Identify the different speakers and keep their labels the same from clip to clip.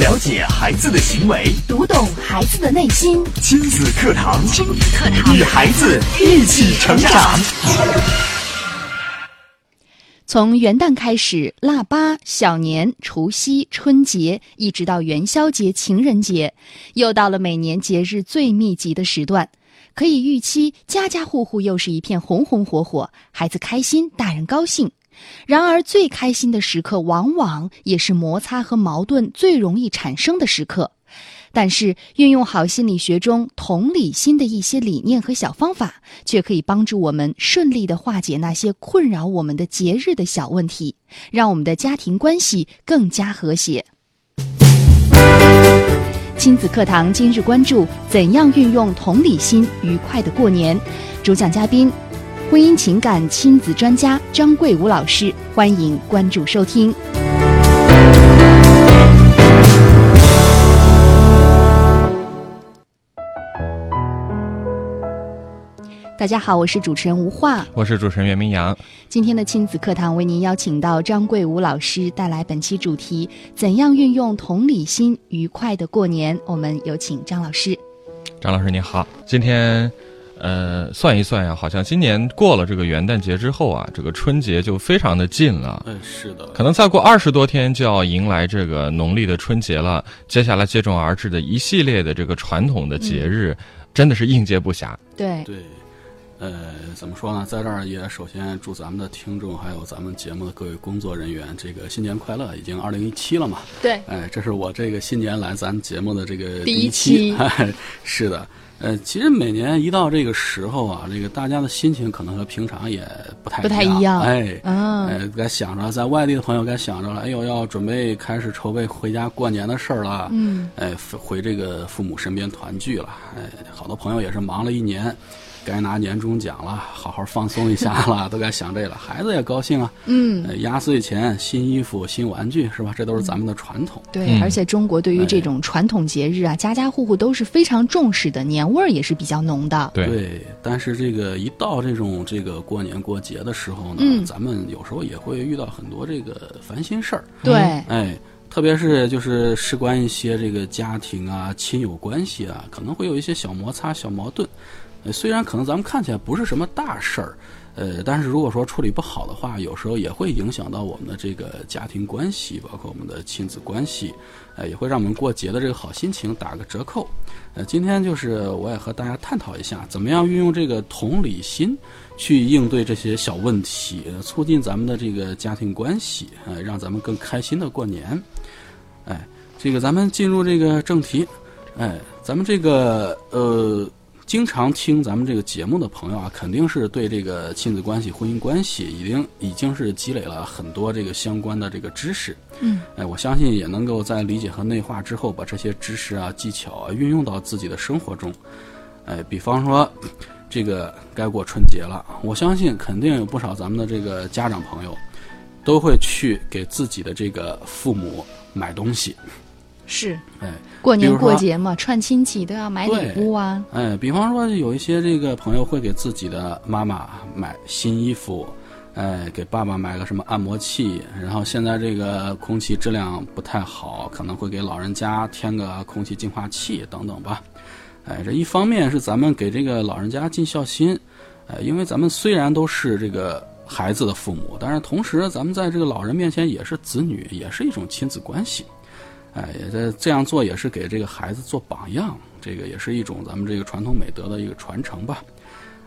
Speaker 1: 了解孩子的行为，
Speaker 2: 读懂孩子的内心。
Speaker 1: 亲子课堂，亲子
Speaker 2: 课堂
Speaker 1: 与孩子一起成长。
Speaker 2: 从元旦开始，腊八、小年、除夕、春节，一直到元宵节、情人节，又到了每年节日最密集的时段。可以预期，家家户户又是一片红红火火，孩子开心，大人高兴。然而，最开心的时刻，往往也是摩擦和矛盾最容易产生的时刻。但是，运用好心理学中同理心的一些理念和小方法，却可以帮助我们顺利地化解那些困扰我们的节日的小问题，让我们的家庭关系更加和谐。亲子课堂今日关注：怎样运用同理心愉快的过年？主讲嘉宾：婚姻情感亲子专家张桂武老师。欢迎关注收听。大家好，我是主持人吴化。
Speaker 3: 我是主持人袁明阳。
Speaker 2: 今天的亲子课堂为您邀请到张桂武老师带来本期主题：怎样运用同理心愉快的过年？我们有请张老师。
Speaker 3: 张老师您好，今天，呃，算一算呀、好像今年过了这个元旦节之后啊，这个春节就非常的近了。
Speaker 4: 嗯，是的，
Speaker 3: 可能再过二十多天就要迎来这个农历的春节了，接下来接踵而至的一系列的这个传统的节日，真的是应接不暇。
Speaker 2: 对，
Speaker 4: 对，呃，怎么说呢？在这儿也首先祝咱们的听众还有咱们节目的各位工作人员，这个新年快乐！已经二零一七了嘛，
Speaker 2: 对，
Speaker 4: 哎，这是我这个新年来咱节目的这个
Speaker 2: 第一
Speaker 4: 一期
Speaker 2: 期，
Speaker 4: 哎，是的。呃，其实每年一到这个时候啊，这个大家的心情可能和平常也不太
Speaker 2: 不太一
Speaker 4: 一
Speaker 2: 样
Speaker 4: 哎，
Speaker 2: 嗯，
Speaker 4: 呃，该想着在外地的朋友该想着了，哎呦，要准备开始筹备回家过年的事儿了。
Speaker 2: 嗯，
Speaker 4: 哎，回回这个父母身边团聚了。哎，好多朋友也是忙了一年，该拿年终奖了，好好放松一下了， 都该想这了。孩子也高兴啊，
Speaker 2: 嗯，
Speaker 4: 呃压岁钱、新衣服、新玩具是吧？这都是咱们的传统。
Speaker 2: 对，
Speaker 3: 嗯
Speaker 2: 而且中国对于这种传统节日
Speaker 4: 哎
Speaker 2: 啊，家家户户都是非常重视的，年味儿也是比较浓
Speaker 4: 哎
Speaker 2: 的。
Speaker 3: 对，
Speaker 4: 对，但是这个一到这种这个过年过节的时候呢，
Speaker 2: 嗯
Speaker 4: 咱们有时候也会遇到很多这个烦心事儿。
Speaker 2: 对，
Speaker 4: 哎，特别是就是事关一些这个家庭啊、亲友关系啊，可能会有一些小摩擦、小矛盾。呃，虽然可能咱们看起来不是什么大事儿，呃，但是如果说处理不好的话，有时候也会影响到我们的这个家庭关系，包括我们的亲子关系，呃，也会让我们过节的这个好心情打个折扣。呃，今天就是我也和大家探讨一下，怎么样运用这个同理心去应对这些小问题，呃促进咱们的这个家庭关系，呃，让咱们更开心的过年。哎，这个咱们进入这个正题，哎，咱们这个呃，经常听咱们这个节目的朋友啊，肯定是对这个亲子关系、婚姻关系已经已经是积累了很多这个相关的这个知识。
Speaker 2: 嗯，
Speaker 4: 哎，我相信也能够在理解和内化之后，把这些知识啊、技巧啊运用到自己的生活中。哎，比方说，这个该过春节了，我相信肯定有不少咱们的这个家长朋友，都会去给自己的这个父母买东西。
Speaker 2: 是
Speaker 4: 哎
Speaker 2: 过
Speaker 4: 比
Speaker 2: 年
Speaker 4: 如说
Speaker 2: 过节嘛，串亲戚都要买礼物啊。
Speaker 4: 哎，比方说有一些这个朋友会给自己的妈妈买新衣服，哎，给爸爸买个什么按摩器，然后现在这个空气质量不太好，可能会给老人家添个空气净化器等等吧。哎，这一方面是咱们给这个老人家尽孝心，哎，因为咱们虽然都是这个孩子的父母，但是同时咱们在这个老人面前也是子女，也是一种亲子关系。哎，也在这样做也是给这个孩子做榜样，这个也是一种咱们这个传统美德的一个传承吧。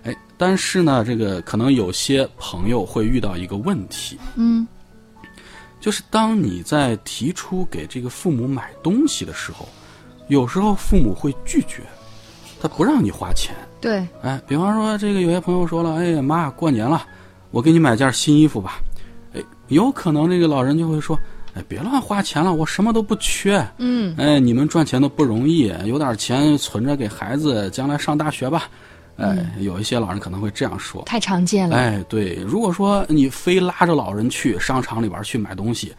Speaker 4: 哎，但是呢，这个可能有些朋友会遇到一个问题，
Speaker 2: 嗯，
Speaker 4: 就是当你在提出给这个父母买东西的时候，有时候父母会拒绝，他不让你花钱。
Speaker 2: 对，
Speaker 4: 哎，比方说这个有些朋友说了，哎妈，过年了，我给你买件新衣服吧。哎，有可能这个老人就会说，哎，别乱花钱了，我什么都不缺。
Speaker 2: 嗯，
Speaker 4: 哎，你们赚钱都不容易，有点钱存着给孩子将来上大学吧。哎，有一些老人可能会这样说。
Speaker 2: 嗯太常见了。
Speaker 4: 哎，对，如果说你非拉着老人去商场里边去买东西，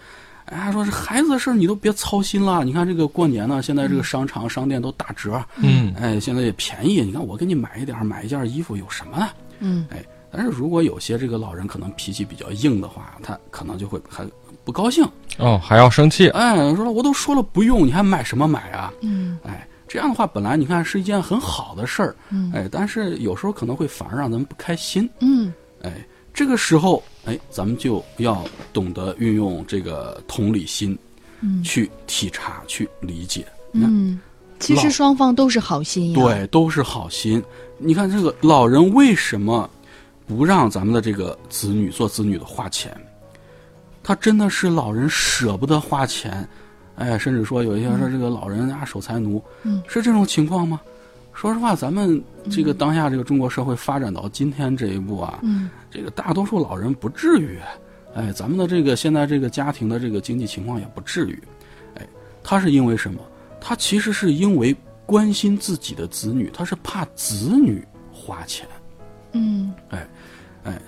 Speaker 4: 哎，说是孩子的事儿你都别操心了。你看这个过年呢，现在这个
Speaker 2: 嗯
Speaker 4: 商场、商店都打折，
Speaker 3: 嗯，
Speaker 4: 哎，现在也便宜。你看我给你买一点儿，买一件衣服有什么呢？
Speaker 2: 嗯，
Speaker 4: 哎，但是如果有些这个老人可能脾气比较硬的话，他可能就会还不高兴，
Speaker 3: 哦，还要生气，
Speaker 4: 哎，说了我都说了不用，你还买什么买啊？
Speaker 2: 嗯
Speaker 4: 哎，这样的话本来你看是一件很好的事儿，
Speaker 2: 嗯
Speaker 4: 哎，但是有时候可能会反而让咱们不开心，
Speaker 2: 嗯
Speaker 4: 哎，这个时候，哎，咱们就要懂得运用这个同理心
Speaker 2: 嗯
Speaker 4: 去体察、去理解。你看
Speaker 2: 嗯，其实
Speaker 4: 老
Speaker 2: 双方都是好心呀。，
Speaker 4: 对，都是好心。你看这个老人为什么不让咱们的这个子女做子女的花钱？他真的是老人舍不得花钱，哎，甚至说有一些说这个老人啊守财奴，
Speaker 2: 嗯
Speaker 4: 是这种情况吗？说实话，咱们这个当下这个中国社会发展到今天这一步啊，
Speaker 2: 嗯
Speaker 4: 这个大多数老人不至于，哎，咱们的这个现在这个家庭的这个经济情况也不至于，哎，他是因为什么？他其实是因为关心自己的子女，他是怕子女花钱，
Speaker 2: 嗯
Speaker 4: 哎，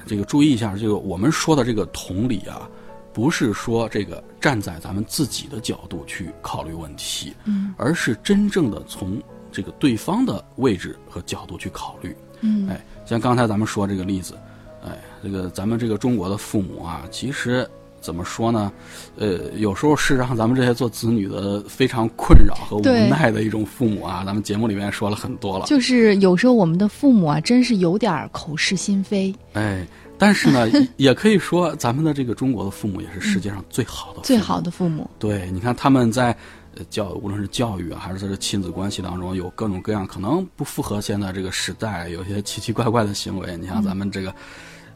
Speaker 4: 这个注意一下，这个我们说的这个同理啊，不是说这个站在咱们自己的角度去考虑问题，
Speaker 2: 嗯
Speaker 4: 而是真正的从这个对方的位置和角度去考虑，
Speaker 2: 嗯
Speaker 4: 哎，像刚才咱们说这个例子，哎，这个咱们这个中国的父母啊，其实怎么说呢？呃，有时候是让咱们这些做子女的非常困扰和无
Speaker 2: 对
Speaker 4: 奈的一种父母啊。咱们节目里面说了很多了，
Speaker 2: 就是有时候我们的父母啊，真是有点儿口是心非，
Speaker 4: 哎，但是呢， 也也可以说咱们的这个中国的父母也是世界上最好的、
Speaker 2: 最好。的父母。
Speaker 4: 对，你看他们在呃教，无论是教育啊，还是在这亲子关系当中，有各种各样可能不符合现在这个时代，有些奇奇怪怪的行为。你像咱们这个。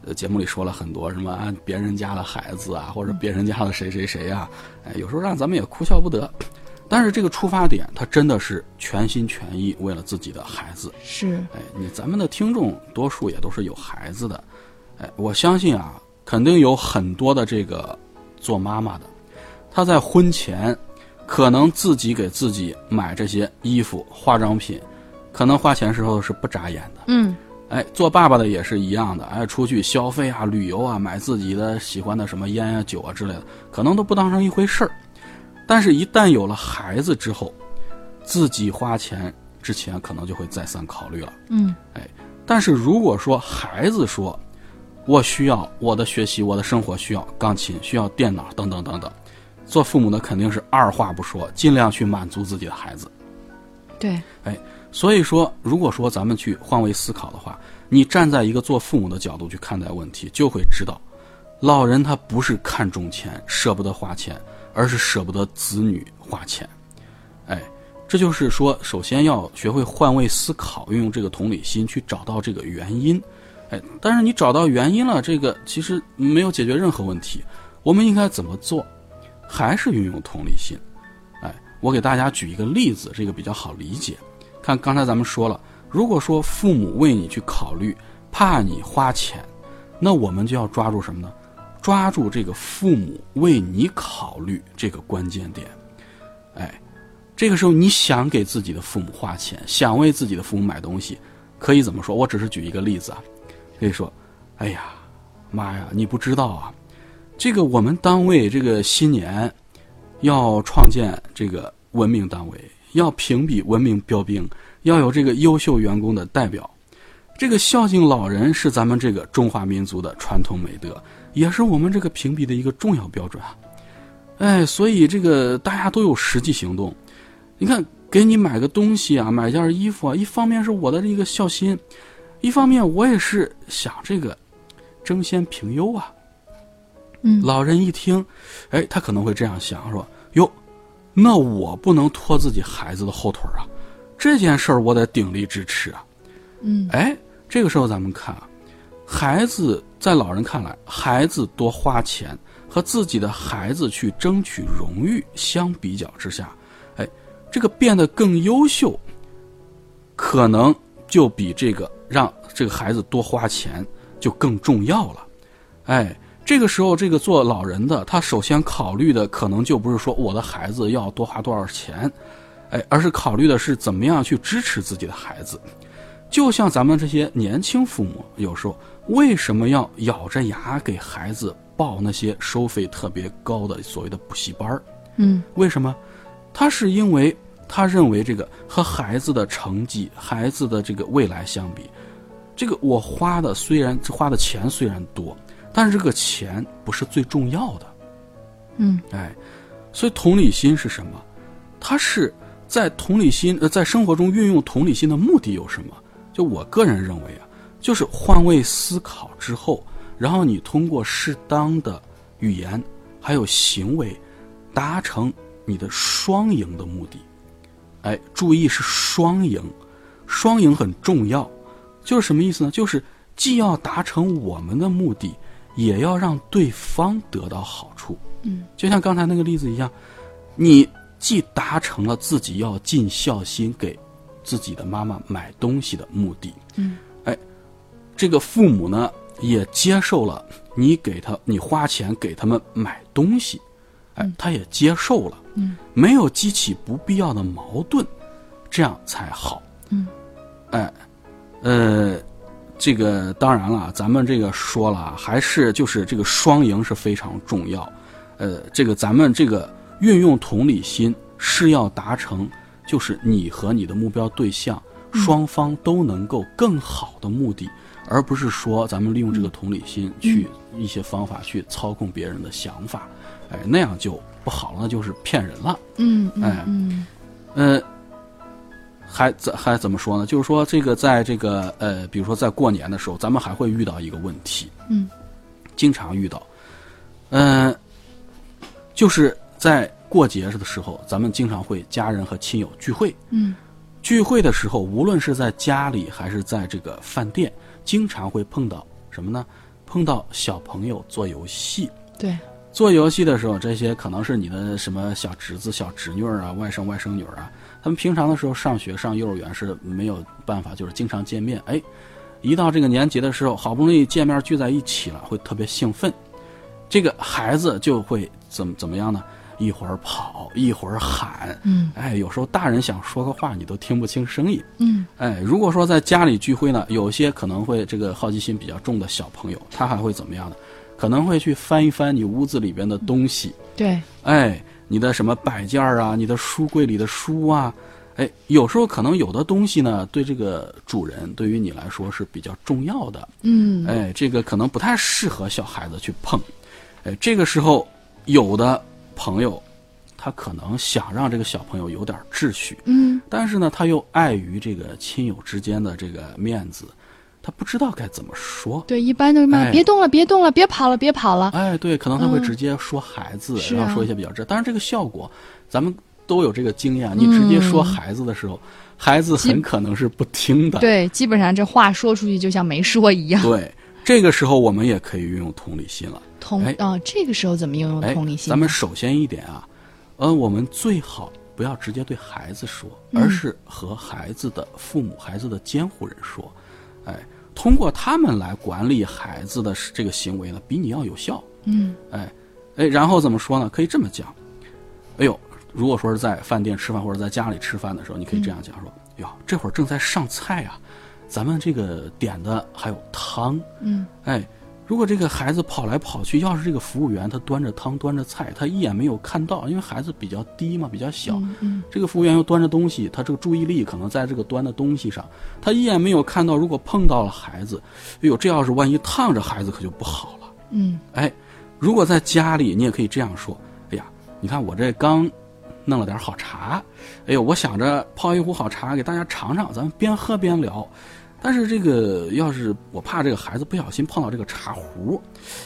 Speaker 4: 呃，节目里说了很多什么啊，别人家的孩子啊，或者别人家的谁谁谁啊，哎，有时候让咱们也哭笑不得。但是这个出发点，他真的是全心全意为了自己的孩子，
Speaker 2: 是，
Speaker 4: 哎，你咱们的听众多数也都是有孩子的，哎，我相信啊，肯定有很多的这个做妈妈的，她在婚前可能自己给自己买这些衣服、化妆品，可能花钱时候是不眨眼的。
Speaker 2: 嗯
Speaker 4: 哎，做爸爸的也是一样的，哎，出去消费啊、旅游啊，买自己的喜欢的什么烟啊、酒啊之类的，可能都不当成一回事儿。但是，一旦有了孩子之后，自己花钱之前可能就会再三考虑了。
Speaker 2: 嗯
Speaker 4: 但是如果说孩子说，我需要我的学习、我的生活需要钢琴、需要电脑等等等等，做父母的肯定是二话不说，尽量去满足自己的孩子。
Speaker 2: 对，
Speaker 4: 所以说，如果说咱们去换位思考的话，你站在一个做父母的角度去看待问题，就会知道，老人他不是看重钱、舍不得花钱，而是舍不得子女花钱。哎，这就是说，首先要学会换位思考，运用这个同理心去找到这个原因。哎，但是你找到原因了，这个其实没有解决任何问题。我们应该怎么做？还是运用同理心。哎，我给大家举一个例子，这个比较好理解。看刚才咱们说了，如果说父母为你去考虑，怕你花钱，那我们就要抓住什么呢？抓住这个父母为你考虑这个关键点。哎，这个时候你想给自己的父母花钱，想为自己的父母买东西，可以怎么说？我只是举一个例子啊，可以说，哎呀，妈呀，你不知道啊，这个我们单位这个新年要创建这个文明单位，要评比文明标兵，要有这个优秀员工的代表。这个孝敬老人是咱们这个中华民族的传统美德，也是我们这个评比的一个重要标准啊。哎，所以这个大家都有实际行动。你看，给你买个东西啊，买件衣服啊，一方面是我的这个孝心，一方面我也是想这个争先平优啊。
Speaker 2: 嗯
Speaker 4: 老人一听，哎，他可能会这样想说：“哟，那我不能拖自己孩子的后腿儿啊，这件事儿我得鼎力支持啊。”
Speaker 2: 嗯
Speaker 4: 哎，这个时候咱们看啊，孩子在老人看来，孩子多花钱和自己的孩子去争取荣誉相比较之下，哎，这个变得更优秀，可能就比这个让这个孩子多花钱就更重要了。哎，这个时候，这个做老人的他首先考虑的可能就不是说我的孩子要多花多少钱，哎，而是考虑的是怎么样去支持自己的孩子。就像咱们这些年轻父母，有时候为什么要咬着牙给孩子报那些收费特别高的所谓的补习班儿？
Speaker 2: 嗯
Speaker 4: 为什么？他是因为他认为这个和孩子的成绩、孩子的这个未来相比，这个我花的虽然花的钱虽然多，但是这个钱不是最重要的。
Speaker 2: 嗯
Speaker 4: 哎，所以同理心是什么？它是在同理心呃，在生活中运用同理心的目的有什么？就我个人认为啊，就是换位思考之后，然后你通过适当的语言还有行为，达成你的双赢的目的。哎，注意是双赢，双赢很重要。就是什么意思呢？就是既要达成我们的目的，也要让对方得到好处。
Speaker 2: 嗯，
Speaker 4: 就像刚才那个例子一样，你既达成了自己要尽孝心给自己的妈妈买东西的目的，
Speaker 2: 嗯，
Speaker 4: 哎，这个父母呢也接受了你给他你花钱给他们买东西，哎，他也接受了，
Speaker 2: 嗯，
Speaker 4: 没有激起不必要的矛盾，这样才好。
Speaker 2: 嗯，
Speaker 4: 哎，呃，这个当然了，咱们这个说了啊，还是就是这个双赢是非常重要。呃，这个咱们这个运用同理心是要达成，就是你和你的目标对象双方都能够更好的目的，而不是说咱们利用这个同理心去一些方法去操控别人的想法，哎，那样就不好了，那就是骗人了。
Speaker 2: 嗯嗯
Speaker 4: 哎
Speaker 2: 嗯
Speaker 4: 呃，还怎还怎么说呢？就是说，这个在这个呃，比如说在过年的时候，咱们还会遇到一个问题，
Speaker 2: 嗯，
Speaker 4: 经常遇到，嗯、就是在过节的时候，咱们经常会家人和亲友聚会，
Speaker 2: 嗯
Speaker 4: 聚会的时候，无论是在家里还是在这个饭店，经常会碰到什么呢？碰到小朋友做游戏，
Speaker 2: 对，
Speaker 4: 做游戏的时候，这些可能是你的什么小侄子、小侄女儿啊、外甥、外甥女儿啊，他们平常的时候上学、上幼儿园是没有办法，就是经常见面。哎，一到这个年节的时候，好不容易见面聚在一起了，会特别兴奋。这个孩子就会怎么怎么样呢？一会儿跑，一会儿喊，
Speaker 2: 嗯
Speaker 4: 哎，有时候大人想说个话，你都听不清声音。
Speaker 2: 嗯
Speaker 4: 哎，如果说在家里聚会呢，有些可能会这个好奇心比较重的小朋友，他还会怎么样呢？可能会去翻一翻你屋子里边的东西，
Speaker 2: 对，
Speaker 4: 哎，你的什么摆件儿啊，你的书柜里的书啊，哎，有时候可能有的东西呢，对这个主人对于你来说是比较重要的，
Speaker 2: 嗯
Speaker 4: 哎，这个可能不太适合小孩子去碰。哎，这个时候有的朋友，他可能想让这个小朋友有点秩序，
Speaker 2: 嗯
Speaker 4: 但是呢，他又碍于这个亲友之间的这个面子，他不知道该怎么说。
Speaker 2: 对，一般都是骂、
Speaker 4: 哎
Speaker 2: 别动了，别动了，别跑了，别跑了。
Speaker 4: 哎，对，可能他会
Speaker 2: 嗯
Speaker 4: 直接说孩子，
Speaker 2: 是
Speaker 4: 然
Speaker 2: 啊
Speaker 4: 后说一些比较这，但是这个效果，咱们都有这个经验。你直接说孩子的时候，孩子很可能是不听的。
Speaker 2: 嗯对，基本上这话说出去就像没说一样。
Speaker 4: 对这个时候我们也可以运用同理心了。
Speaker 2: 同
Speaker 4: 哎
Speaker 2: 啊、这个时候怎么应用
Speaker 4: 哎
Speaker 2: 同理，心呢？
Speaker 4: 咱们首先一点啊，呃，我们最好不要直接对孩子说，而是和孩子的父母、孩子的监护人说，哎，通过他们来管理孩子的这个行为呢，比你要有效。
Speaker 2: 嗯
Speaker 4: 哎，哎，然后怎么说呢？可以这么讲，哎呦，如果说是在饭店吃饭或者在家里吃饭的时候，你可以这样讲说，哟，这会儿正在上菜啊，咱们这个点的还有汤，
Speaker 2: 嗯
Speaker 4: 哎，如果这个孩子跑来跑去，要是这个服务员他端着汤端着菜，他一眼没有看到，因为孩子比较低嘛，比较小，
Speaker 2: 嗯嗯
Speaker 4: 这个服务员又端着东西，他这个注意力可能在这个端的东西上，他一眼没有看到，如果碰到了孩子，哎呦，这要是万一烫着孩子可就不好了。
Speaker 2: 嗯
Speaker 4: 哎，如果在家里，你也可以这样说：哎呀，你看我这刚弄了点好茶，哎呦，我想着泡一壶好茶给大家尝尝，咱们边喝边聊。但是这个要是我怕这个孩子不小心碰到这个茶壶，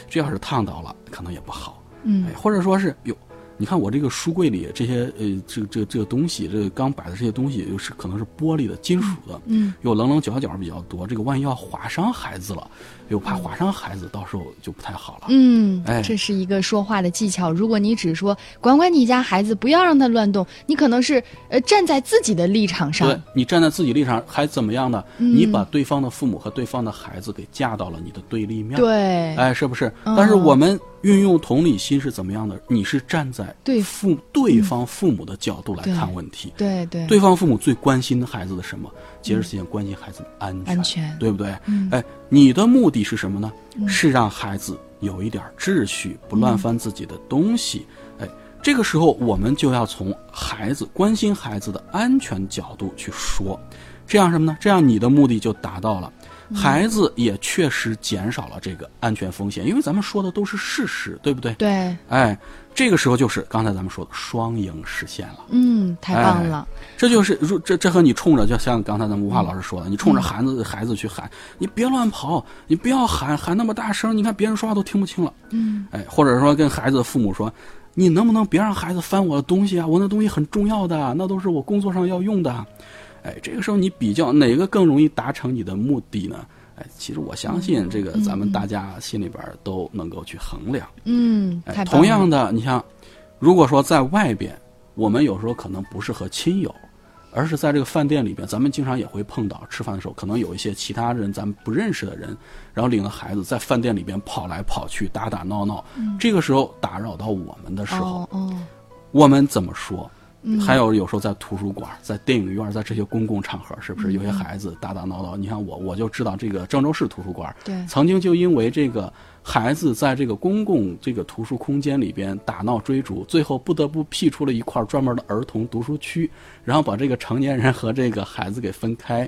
Speaker 4: 这要是烫到了，可能也不好。
Speaker 2: 嗯
Speaker 4: 哎，或者说是哟，你看我这个书柜里这些呃，这个这个这个东西，这个刚摆的这些东西，是可能是玻璃的、金属的，
Speaker 2: 嗯
Speaker 4: 又棱棱角角比较多，这个万一要划伤孩子了，又怕划伤孩子，到时候就不太好了。
Speaker 2: 嗯，
Speaker 4: 哎
Speaker 2: 这是一个说话的技巧。如果你只说管管你家孩子，不要让他乱动，你可能是呃站在自己的立场
Speaker 4: 对
Speaker 2: 上。
Speaker 4: 你站在自己立场还怎么样呢？
Speaker 2: 嗯
Speaker 4: 你把对方的父母和对方的孩子给架到了你的对立面，，
Speaker 2: 对，
Speaker 4: 哎，是不是？
Speaker 2: 嗯
Speaker 4: 但是我们运用同理心是怎么样的？你是站在
Speaker 2: 对嗯
Speaker 4: 父对方父母的角度来看问题，
Speaker 2: 对对
Speaker 4: 对方父母最关心孩子的什么？节日期间关心孩子的安全，
Speaker 2: 安全
Speaker 4: 对不对？
Speaker 2: 嗯
Speaker 4: 哎，你的目的是什么呢？是让孩子有一点秩序，不乱翻自己的东西。哎，这个时候我们就要从孩子关心孩子的安全角度去说，这样什么呢？这样你的目的就达到了。孩子也确实减少了这个安全风险，因为咱们说的都是事实，对不对？
Speaker 2: 对，
Speaker 4: 哎，这个时候就是刚才咱们说的双赢实现了。
Speaker 2: 嗯，太棒了，
Speaker 4: 这就是如这这和你冲着，就像刚才咱们吴华老师说的，你冲着孩子孩子去喊，你别乱跑，你不要喊喊那么大声，你看别人说话都听不清了。
Speaker 2: 嗯，
Speaker 4: 哎，或者说跟孩子父母说，你能不能别让孩子翻我的东西啊？我那东西很重要的，那都是我工作上要用的。哎，这个时候你比较哪个更容易达成你的目的呢？哎，其实我相信这个咱们大家心里边儿都能够去衡量。
Speaker 2: 嗯，
Speaker 4: 哎
Speaker 2: 太棒了，
Speaker 4: 同样的，你像，如果说在外边，我们有时候可能不是和亲友，而是在这个饭店里边，咱们经常也会碰到，吃饭的时候可能有一些其他人咱们不认识的人，然后领着孩子在饭店里边跑来跑去，打打闹闹，这个时候打扰到我们的时候，
Speaker 2: 嗯哦哦，
Speaker 4: 我们怎么说？
Speaker 2: 嗯
Speaker 4: 还有有时候在图书馆、在电影院、在这些公共场合，是不是
Speaker 2: 嗯
Speaker 4: 有些孩子打打闹闹？你看我，我就知道这个郑州市图书馆，
Speaker 2: 对
Speaker 4: 曾经就因为这个孩子在这个公共这个图书空间里边打闹追逐，最后不得不辟出了一块专门的儿童读书区，然后把这个成年人和这个孩子给分 开，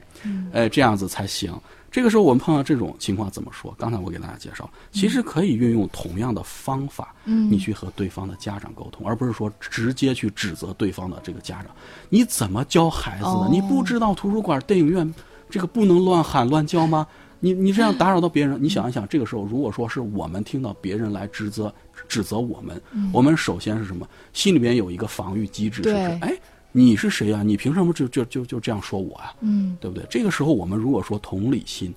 Speaker 4: 哎，这样子才行。这个时候我们碰到这种情况怎么说？刚才我给大家介绍，其实可以运用同样的方法，
Speaker 2: 嗯
Speaker 4: 你去和对方的家长沟通，而不是说直接去指责对方的这个家长。你怎么教孩子呢？
Speaker 2: 哦
Speaker 4: 你不知道图书馆、电影院这个不能乱喊乱叫吗？你你这样打扰到别人，你想一想，这个时候如果说是我们听到别人来指责指责我们，我们首先是什么？心里边有一个防御机制，是不是
Speaker 2: 对？
Speaker 4: 哎，你是谁呀、你凭什么就就就就这样说我啊？
Speaker 2: 嗯
Speaker 4: 对不对？这个时候，我们如果说同理心，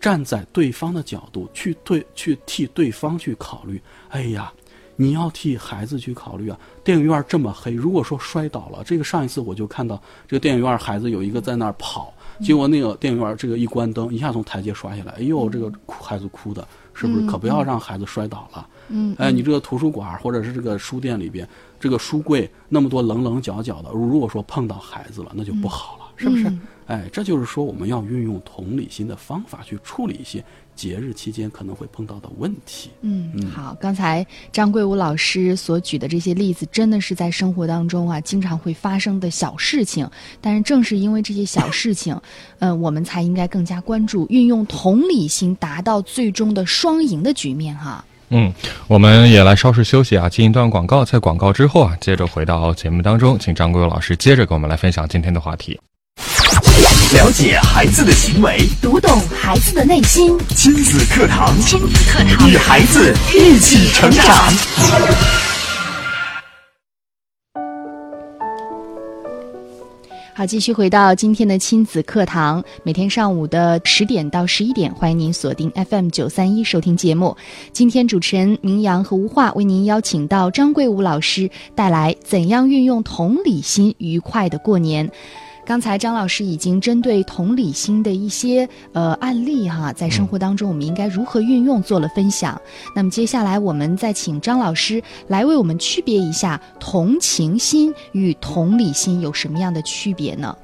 Speaker 4: 站在对方的角度去对去替对方去考虑，哎呀，你要替孩子去考虑啊！电影院这么黑，如果说摔倒了，这个上一次我就看到这个电影院孩子有一个在那儿跑，
Speaker 2: 嗯
Speaker 4: 结果那个电影院这个一关灯，一下从台阶摔下来，哎呦，这个哭孩子哭的，是不是？可不要让孩子摔倒了。
Speaker 2: 嗯，
Speaker 4: 哎，你这个图书馆或者是这个书店里边，这个书柜那么多棱棱角角的，如果说碰到孩子了，那就不好了，是不是
Speaker 2: 嗯？
Speaker 4: 哎，这就是说我们要运用同理心的方法去处理一些节日期间可能会碰到的问题。
Speaker 2: 嗯，好，刚才张桂武老师所举的这些例子，真的是在生活当中啊经常会发生的小事情。但是正是因为这些小事情，嗯，我们才应该更加关注，运用同理心，达到最终的双赢的局面哈。
Speaker 3: 嗯，我们也来稍事休息啊，进一段广告，在广告之后啊，接着回到节目当中，请张国友老师接着给我们来分享今天的话题。
Speaker 1: 了解孩子的行为，
Speaker 5: 读懂孩子的内心。
Speaker 1: 亲子课堂，
Speaker 5: 亲子课堂，
Speaker 1: 与孩子一起成长。
Speaker 2: 好，继续回到今天的亲子课堂，每天上午的十点到十一点，欢迎您锁定 FM 九三一收听节目。今天主持人明阳和吴化为您邀请到张桂武老师带来怎样运用同理心愉快的过年。刚才张老师已经针对同理心的一些呃案例哈、在生活当中我们应该如何运用做了分享。那么接下来我们再请张老师来为我们区别一下同情心与同理心有什么样的区别呢？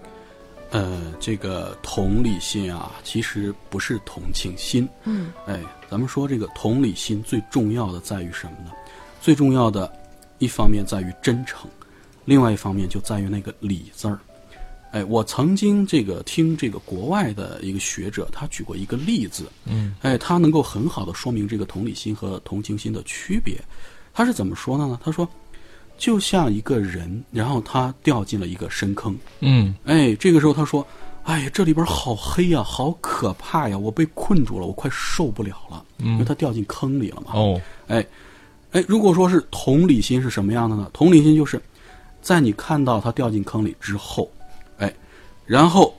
Speaker 4: 呃，这个同理心啊，其实不是同情心。
Speaker 2: 嗯，
Speaker 4: 哎，咱们说这个同理心最重要的在于什么呢？最重要的，一方面在于真诚，另外一方面就在于那个理字儿。哎，我曾经这个听这个国外的一个学者，他举过一个例子，嗯，哎，他能够很好的说明这个同理心和同情心的区别。他是怎么说的呢？他说，就像一个人，然后他掉进了一个深坑，
Speaker 3: 嗯
Speaker 4: 哎，这个时候他说：“哎呀，这里边好黑呀、好可怕呀，我被困住了，我快受不了了，因为他掉进坑里了嘛。
Speaker 3: 哦，
Speaker 4: 哎，哎，如果说是同理心是什么样的呢？同理心就是在你看到他掉进坑里之后，哎，然后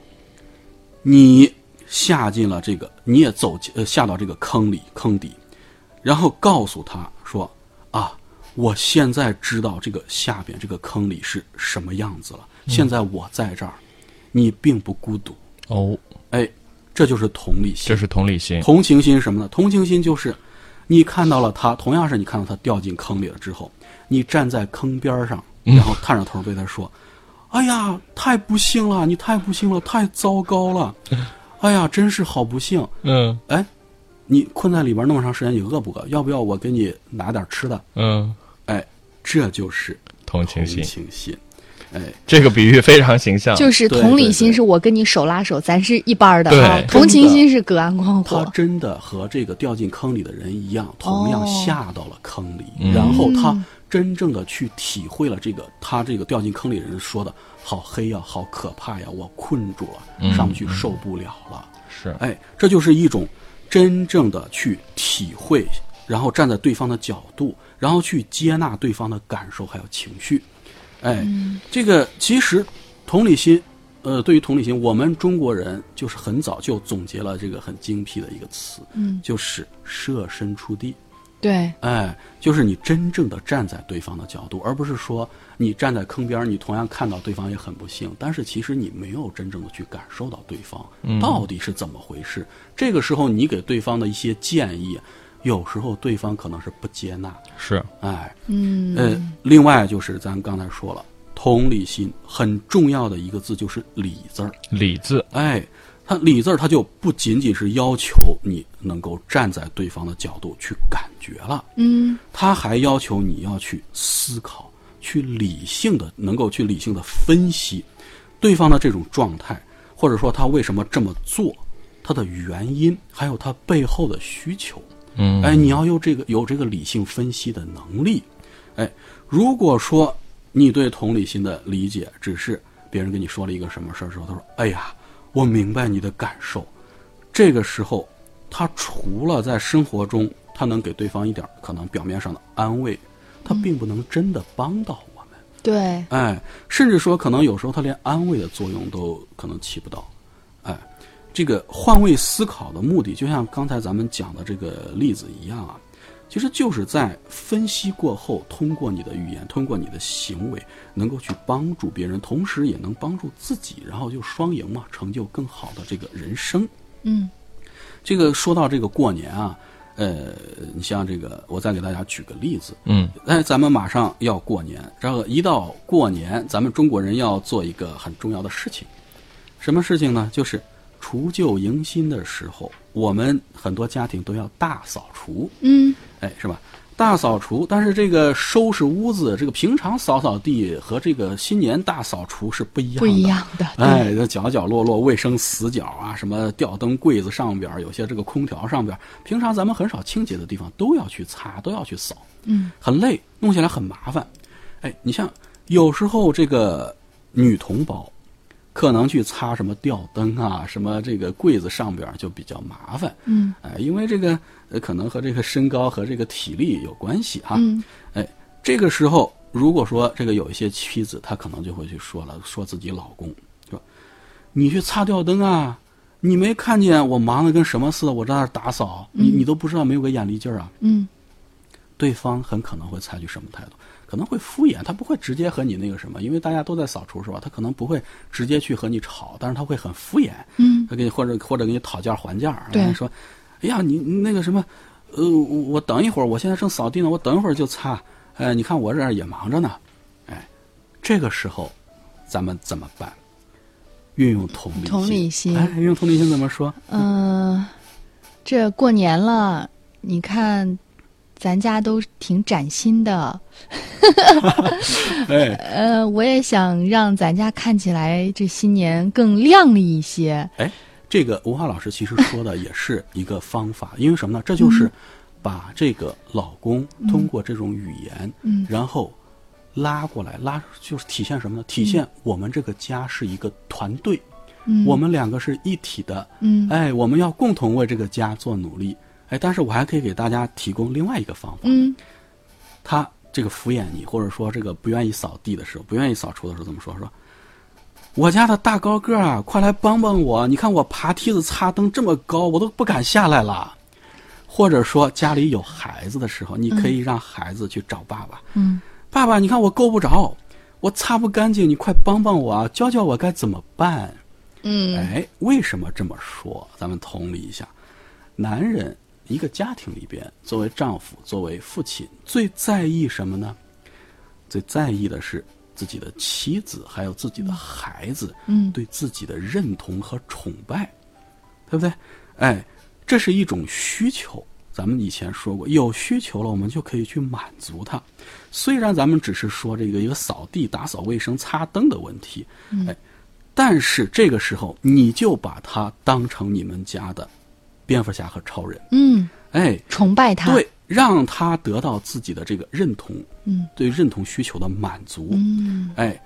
Speaker 4: 你下进了这个，你也走进呃下到这个坑里坑底，然后告诉他说啊，我现在知道这个下边这个坑里是什么样子了，
Speaker 3: 嗯
Speaker 4: 现在我在这儿，你并不孤独，
Speaker 3: 哦，
Speaker 4: 哎，这就是同理心
Speaker 3: 这。是同理心。
Speaker 4: 同情心是什么呢？同情心就是，你看到了他，同样是你看到他掉进坑里了之后，你站在坑边上，
Speaker 3: 嗯
Speaker 4: 然后探着头对他说：“哎呀，太不幸了，你太不幸了，太糟糕 了，哎呀，真是好不幸。
Speaker 3: 嗯
Speaker 4: 哎，你困在里边那么长时间，你饿不饿？要不要我给你拿点吃的？
Speaker 3: 嗯，
Speaker 4: 哎，这就是
Speaker 3: 同
Speaker 4: 同
Speaker 3: 情心。
Speaker 4: 情心。
Speaker 3: 这个比喻非常形象。
Speaker 2: 就是同理心是我跟你手拉手，咱是一班儿的啊
Speaker 3: 对；
Speaker 2: 同情心是隔岸观
Speaker 4: 他
Speaker 2: 火。
Speaker 4: 真的和这个掉进坑里的人一样，同样下到了坑里，
Speaker 3: 嗯
Speaker 4: 然后他真正的去体会了这个他这个掉进坑里的人说的好黑呀、好可怕呀，我困住
Speaker 3: 嗯
Speaker 4: 了，上不去受不了了。
Speaker 3: 是，
Speaker 4: 哎，这就是一种真正的去体会，然后站在对方的角度，然后去接纳对方的感受还有情绪。哎，这个其实同理心，呃，对于同理心，我们中国人就是很早就总结了这个很精辟的一个词，
Speaker 2: 嗯，
Speaker 4: 就是设身处地。
Speaker 2: 对，
Speaker 4: 哎，就是你真正的站在对方的角度，而不是说你站在坑边儿，你同样看到对方也很不幸，但是其实你没有真正的去感受到对方到底是怎么回事。这个时候，你给对方的一些建议，有时候对方可能是不接纳。
Speaker 3: 是，
Speaker 4: 哎，
Speaker 2: 嗯，
Speaker 4: 呃，另外就是咱刚才说了，同理心很重要的一个字就是理字儿。
Speaker 3: 理字，
Speaker 4: 哎，他理字儿，他就不仅仅是要求你能够站在对方的角度去感觉了。
Speaker 2: 嗯，
Speaker 4: 他还要求你要去思考，去理性的，能够去理性的分析对方的这种状态，或者说他为什么这么做，他的原因，还有他背后的需求。
Speaker 3: 嗯，
Speaker 4: 哎，你要有这个有这个理性分析的能力。哎，如果说你对同理心的理解只是别人跟你说了一个什么事儿之后，他说：“哎呀，我明白你的感受。”这个时候，他除了在生活中他能给对方一点儿可能表面上的安慰，他并不能真的帮到我们。
Speaker 2: 对，
Speaker 4: 哎，甚至说可能有时候他连安慰的作用都可能起不到。哎，这个换位思考的目的，就像刚才咱们讲的这个例子一样啊，其实就是在分析过后，通过你的语言，通过你的行为，能够去帮助别人，同时也能帮助自己，然后就双赢嘛，成就更好的这个人生。
Speaker 2: 嗯
Speaker 4: 这个说到这个过年啊，呃，你像这个，我再给大家举个例子，
Speaker 3: 嗯，
Speaker 4: 哎，咱们马上要过年，这个一到过年，咱们中国人要做一个很重要的事情，什么事情呢？就是除旧迎新的时候，我们很多家庭都要大扫除，
Speaker 2: 嗯，
Speaker 4: 哎，是吧？大扫除，但是这个收拾屋子，这个平常扫扫地和这个新年大扫除是不一样的，
Speaker 2: 嗯不一样的，对，
Speaker 4: 哎，这角角落落、卫生死角啊，什么吊灯柜子上边儿，有些这个空调上边儿，平常咱们很少清洁的地方都要去擦，都要去扫，
Speaker 2: 嗯，
Speaker 4: 很累，弄起来很麻烦。哎，你像有时候这个女同胞，可能去擦什么吊灯啊，什么这个柜子上边儿就比较麻烦，
Speaker 2: 嗯，
Speaker 4: 哎，因为这个呃可能和这个身高和这个体力有关系哈、
Speaker 2: 嗯，
Speaker 4: 哎，这个时候如果说这个有一些妻子，她可能就会去说了，说自己老公说：“你去擦吊灯啊，你没看见我忙得跟什么似的，我在那儿打扫，你你都不知道没有个眼力劲儿啊。”
Speaker 2: 嗯，
Speaker 4: 对方很可能会采取什么态度？可能会敷衍，他不会直接和你那个什么，因为大家都在扫除是吧？他可能不会直接去和你吵，但是他会很敷衍，
Speaker 2: 嗯，
Speaker 4: 他给你或者或者给你讨价还价，
Speaker 2: 对
Speaker 4: 然后说，哎呀，你你那个什么，呃，我我等一会儿，我现在正扫地呢，我等一会儿就擦，哎，你看我这儿也忙着呢，哎，这个时候，咱们怎么办？运用同理心，
Speaker 2: 同理心
Speaker 4: 哎，运用同理心怎么说？
Speaker 2: 嗯，这过年了，你看，咱家都挺崭新的。
Speaker 4: 哎
Speaker 2: 呃，我也想让咱家看起来这新年更亮丽一些。
Speaker 4: 哎，这个吴华老师其实说的也是一个方法，因为什么呢？这
Speaker 2: 嗯
Speaker 4: 就是把这个老公通过这种语言，
Speaker 2: 嗯
Speaker 4: 然后拉过来，拉就是体现什么呢？体现我们这个家是一个团队，
Speaker 2: 嗯，
Speaker 4: 我们两个是一体的，
Speaker 2: 嗯
Speaker 4: 哎，我们要共同为这个家做努力。哎，但是我还可以给大家提供另外一个方法，
Speaker 2: 嗯
Speaker 4: 他这个敷衍你，或者说这个不愿意扫地的时候，不愿意扫除的时候，怎么说？说我家的大高个儿啊，快来帮帮我！你看我爬梯子、擦灯这么高，我都不敢下来了。或者说家里有孩子的时候，你可以让孩子去找爸爸。
Speaker 2: 嗯
Speaker 4: 爸爸，你看我够不着，我擦不干净，你快帮帮我啊！教教我该怎么办。
Speaker 2: 嗯，
Speaker 4: 哎，为什么这么说？咱们同理一下，男人一个家庭里边，作为丈夫、作为父亲，最在意什么呢？最在意的是自己的妻子，还有自己的孩子，
Speaker 2: 嗯
Speaker 4: 对自己的认同和崇拜，对不对？哎，这是一种需求。咱们以前说过，有需求了，我们就可以去满足它。虽然咱们只是说这个一个扫地、打扫卫生、擦灯的问题，哎，但是这个时候你就把它当成你们家的蝙蝠侠和超人，
Speaker 2: 嗯，
Speaker 4: 哎，
Speaker 2: 崇拜他，
Speaker 4: 对，让他得到自己的这个认同，
Speaker 2: 嗯，
Speaker 4: 对认同需求的满足，
Speaker 2: 嗯，
Speaker 4: 哎，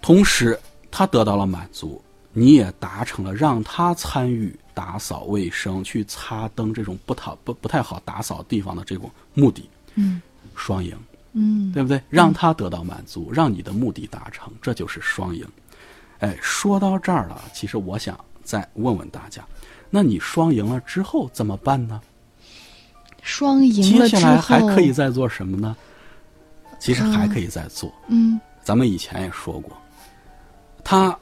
Speaker 4: 同时他得到了满足，你也达成了让他参与打扫卫生、去擦灯这种不讨不不太好打扫地方的这种目的，
Speaker 2: 嗯，
Speaker 4: 双赢，
Speaker 2: 嗯，
Speaker 4: 对不对？让他得到满足，让你的目的达成，这就是双赢。哎，说到这儿了，其实我想再问问大家，那你双赢了之后怎么办呢？
Speaker 2: 双赢
Speaker 4: 接
Speaker 2: 了之
Speaker 4: 下
Speaker 2: 后
Speaker 4: 来还可以再做什么呢？其实还可以再做。
Speaker 2: 嗯
Speaker 4: 咱们以前也说过，他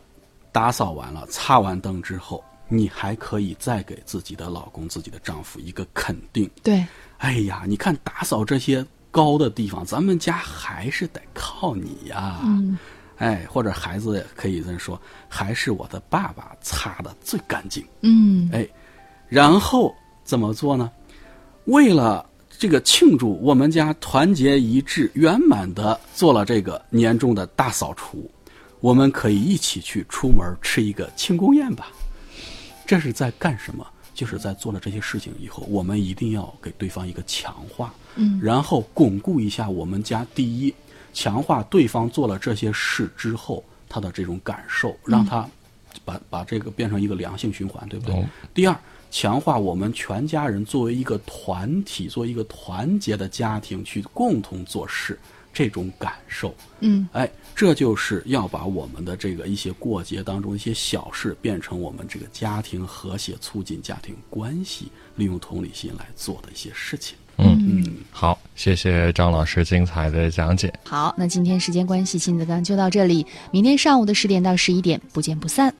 Speaker 4: 打扫完了、擦完灯之后，你还可以再给自己的老公、自己的丈夫一个肯定。
Speaker 2: 对，
Speaker 4: 哎呀，你看打扫这些高的地方，咱们家还是得靠你呀、
Speaker 2: 嗯
Speaker 4: 哎，或者孩子也可以这么说，还是我的爸爸擦的最干净。
Speaker 2: 嗯
Speaker 4: 哎，然后怎么做呢？为了这个庆祝我们家团结一致、圆满的做了这个年终的大扫除，我们可以一起去出门吃一个庆功宴吧。这是在干什么？就是在做了这些事情以后，我们一定要给对方一个强化，
Speaker 2: 嗯
Speaker 4: 然后巩固一下我们家第一，强化对方做了这些事之后他的这种感受，让他把把这个变成一个良性循环，对不对？
Speaker 3: 懂
Speaker 4: 第二，强化我们全家人作为一个团体，作为一个团结的家庭去共同做事这种感受。
Speaker 2: 嗯
Speaker 4: 哎，这就是要把我们的这个一些过节当中一些小事变成我们这个家庭和谐、促进家庭关系，利用同理心来做的一些事情。
Speaker 2: 嗯，
Speaker 3: 好，谢谢张老师精彩的讲解。
Speaker 2: 好，那今天时间关系，亲子刚就到这里，明天上午的十点到十一点，不见不散。